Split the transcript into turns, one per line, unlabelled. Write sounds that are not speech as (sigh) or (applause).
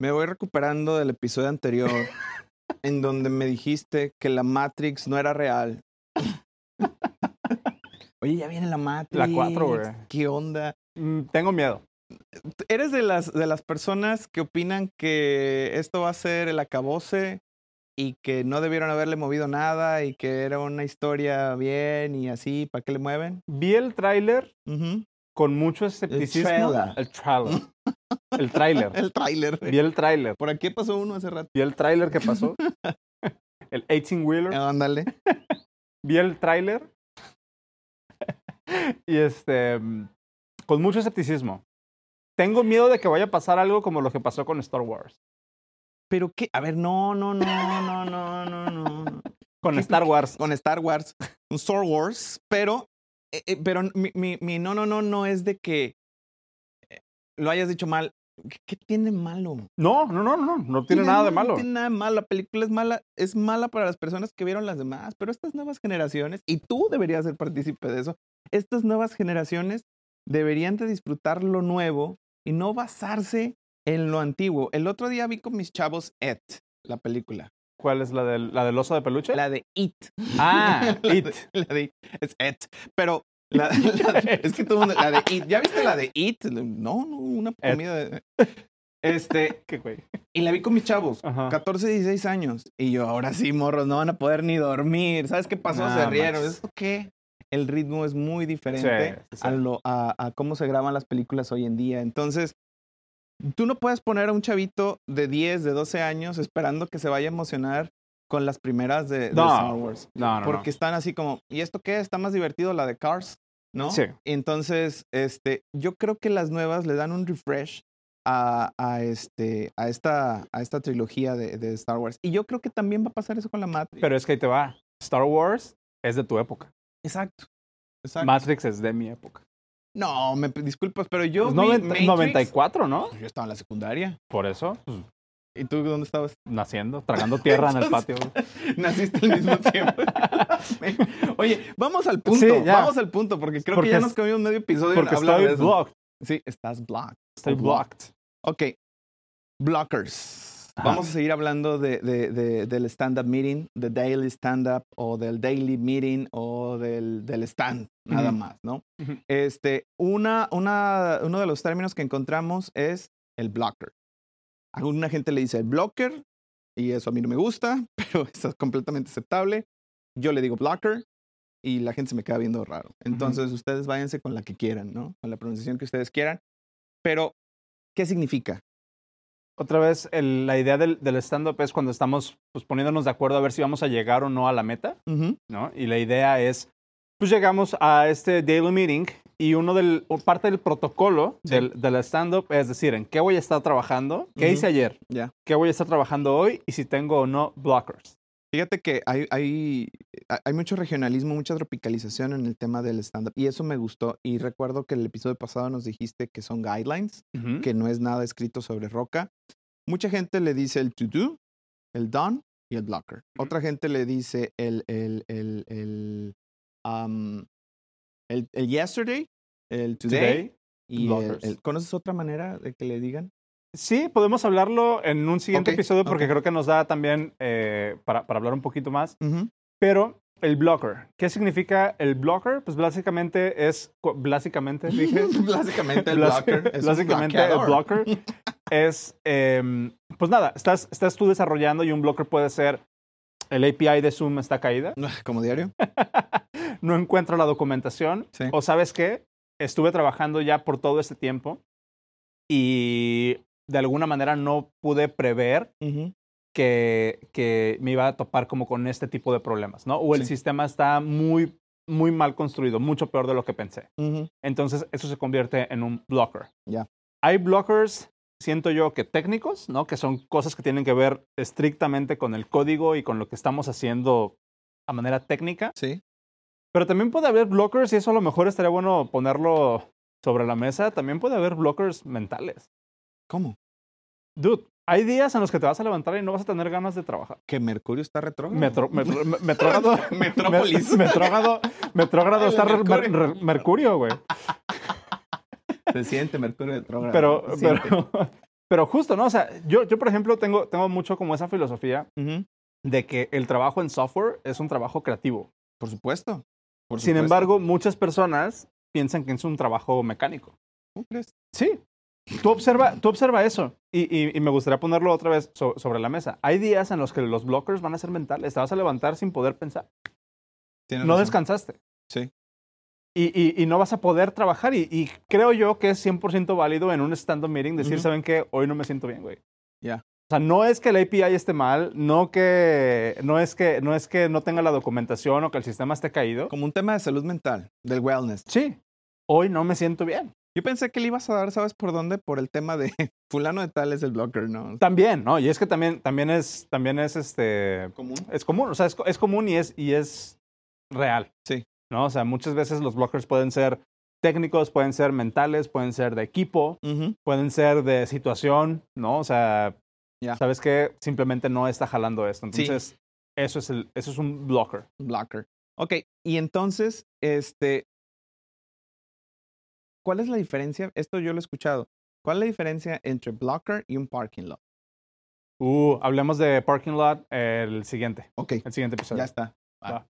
Me voy recuperando del episodio anterior en donde me dijiste que la Matrix no era real. Oye, ya viene la Matrix.
La cuatro, güey.
¿Qué onda?
Mm, Tengo miedo.
¿Eres de las, de las personas que opinan que esto va a ser el acabose y que no debieron haberle movido nada y que era una historia bien y así? ¿Para qué le mueven?
Vi el tráiler
Ujú.
con mucho escepticismo.
trailer.
El tráiler.
(laughs)
El tráiler.
El tráiler.
Vi el tráiler.
Por aquí pasó uno hace rato.
Vi el tráiler
(laughs)
que pasó. El 18-wheeler.
Ándale.
vi el tráiler (laughs) y este mm, con mucho escepticismo. Tengo miedo de que vaya a pasar algo como lo que pasó con Star Wars.
Pero qué, a ver, no, no, no, no, no, no, no, no.
Con
¿Qué-
Star Wars.
Con Star Wars, (laughs) un Star Wars, pero, eh, eh, pero mi, mi, mi no, no, no, no es de que eh, lo hayas dicho mal. ¿Qué, qué tiene malo?
No, no, no, no, no tiene nada de malo.
No tiene nada de malo. La película es mala, es mala para las personas que vieron las demás, pero estas nuevas generaciones, y tú deberías ser partícipe de eso, estas nuevas generaciones deberían de disfrutar lo nuevo y no basarse en lo antiguo. El otro día vi con mis chavos It, la película.
¿Cuál es la del, la del oso de peluche?
La de It.
Ah,
(laughs) La de-
It.
la de- es It. Pero la- (laughs) la- es que todo el mundo, la de It. ¿Ya viste la de It? No, no, una comida de... Este,
(laughs) Qué güey.
y la vi con mis chavos.
Ajá.
14, 16 años. Y yo, ahora sí, morros, no van a poder ni dormir. ¿Sabes qué pasó?
Nada
se rieron.
más.
¿Esto qué? El ritmo es muy diferente
Sí, sí, sí.
A, lo, a, a cómo se graban las películas hoy en día. Entonces, tú no puedes poner a un chavito de 10, de 12 años esperando que se vaya a emocionar con las primeras de, de
No,
Star Wars.
Ah, No, no,
Porque están así como, ¿y esto qué? Está más divertido la de Cars, ¿no?
Sí.
Entonces, este, yo creo que las nuevas le dan un refresh a, a este, a, esta, a esta trilogía de, de Star Wars. Y yo creo que también va a pasar eso con la
no.
Matrix.
Pero es que ahí te va. Star Wars es de tu época.
exacto. Exacto.
Matrix es de mi época.
no, me p- disculpas, pero yo.
Es
vi
Pues noven-
Matrix- pues
94, ¿no?
Yo estaba en la secundaria.
Por eso, pues,
¿Y tú dónde estabas? (laughs)
naciendo, tragando tierra en el patio.
Naciste al
(laughs)
mismo tiempo. (laughs) Oye, vamos al punto.
Sí, ya.
Vamos al punto, porque creo
Porque
que ya
es-
nos comimos medio episodio
Porque
hablando
estoy
de eso.
blocked.
Sí, estás blocked.
Estoy blocked.
Ok. Blockers.
Ajá.
Vamos a seguir hablando de, de- de- del stand-up meeting, del daily stand-up o del daily meeting o del, del stand, nada
Ujú.
más, ¿no?
Ujú.
Este, una, una, uno de los términos que encontramos es el blocker. Alguna gente le dice el blocker y eso a mí no me gusta, (laughs) pero eso es completamente aceptable. Yo le digo blocker y la gente se me queda viendo raro. Entonces, ustedes váyanse con la que quieran, ¿no? Con la pronunciación que ustedes quieran. Pero, ¿qué significa?
Otra vez, el- la idea del, del stand-up es cuando estamos pues, poniéndonos de acuerdo a ver si vamos a llegar o no a la meta,
Ujú.
¿no? Y la idea es, pues llegamos a este daily meeting y uno del, o parte del protocolo
Sí.
del, del stand-up es decir, en qué voy a estar trabajando, qué
Ujú.
hice ayer,
Ya.
qué voy a estar trabajando hoy y si tengo o no blockers.
Fíjate que hay, hay, ha- hay mucho regionalismo, mucha tropicalización en el tema del stand-up y eso me gustó. Y recuerdo que el episodio pasado nos dijiste que son guidelines,
Ujú.
que no es nada escrito sobre roca. Mucha gente le dice el to-do, el done y el blocker. Otra gente le dice el, el, el, el, um, el, el yesterday, el today,
Today.
y el-
blockers.
el- ¿Conoces otra manera de que le digan?
Sí, podemos hablarlo en un siguiente
Ok,
episodio porque
ok.
creo que nos da también eh, para, para hablar un poquito más.
Ujú.
Pero el blocker, ¿qué significa el blocker? Pues básicamente es, cu-
(laughs)
básicamente dije,
(laughs) Básicamente el
(laughs) Blas-
blocker. es un
básicamente el
bloqueador.
blocker
(laughs)
es, em, pues nada, estás, estás tú desarrollando y un blocker puede ser, el API de Zoom está caída,
(laughs) Como
(laughs)
diario.
no encuentro la documentación,
Sí.
o sabes qué, estuve trabajando ya por todo este tiempo y de alguna manera no pude prever
Ujú.
que, que me iba a topar como con este tipo de problemas, ¿no? O el
Sí.
sistema está muy, muy mal construido, mucho peor de lo que pensé.
Ujú.
Entonces, eso se convierte en un blocker.
Ya.
Hay blockers, siento yo, que técnicos, ¿no? Que son cosas que tienen que ver estrictamente con el código y con lo que estamos haciendo a manera técnica.
Sí.
Pero también puede haber blockers, y eso a lo mejor estaría bueno ponerlo sobre la mesa, también puede haber blockers mentales.
¿Cómo?
Dude, hay días en los que te vas a levantar y no vas a tener ganas de trabajar.
¿Que Mercurio está retrógrado?
Metro,
(laughs)
metro- me- metrógrado.
Ah. Metrópolis.
me- Metrógrado. Metrógrado
El
está re- mer-
Mercurio.
re- Mercurio, güey.
Se siente Mercurio retrógrado.
Pero,
se siente.
pero, (laughs) Pero justo, ¿no? O sea, yo, yo por ejemplo, tengo, tengo mucho como esa filosofía
Ujú,
de que el trabajo en software es un trabajo creativo.
Por supuesto. por
Sin
supuesto.
embargo, muchas personas piensan que es un trabajo mecánico.
¿Tú crees?
Sí. Tú observa, tú observa eso. Y, y- y me gustaría ponerlo otra vez so- sobre la mesa. Hay días en los que los blockers van a ser mentales. Te vas a levantar sin poder pensar.
Tienes
No
razón.
descansaste.
Sí.
Y, y- y no vas a poder trabajar. Y, y creo yo que es 100% válido en un stand-up meeting decir,
Ujú.
¿saben qué? Hoy no me siento bien, güey.
Ya.
O sea, no es que el API esté mal, no, que, no, es que, no es que no tenga la documentación o que el sistema esté caído.
Como un tema de salud mental, del wellness.
Sí, hoy no me siento bien.
Yo pensé que le ibas a dar, ¿sabes por dónde? Por el tema de (laughs) fulano de tal es el blocker, ¿no?
También, ¿no? Y es que también, también, es, también es, este,
Común.
es común, o sea, es, co- es común y es, y es real.
Sí.
¿No? O sea, muchas veces los blockers pueden ser técnicos, pueden ser mentales, pueden ser de equipo,
Ujú,
pueden ser de situación, ¿no? O sea,
Ya.
¿sabes qué? Simplemente no está jalando esto.
Sí.
Entonces, eso, es el, eso es un blocker.
Blocker. Ok, y entonces, este. ¿Cuál es la diferencia? Esto yo lo he escuchado. ¿Cuál es la diferencia entre blocker y un parking lot?
Uh, hablemos de parking lot el siguiente,
Ok,
el siguiente episodio.
ya está.
Va.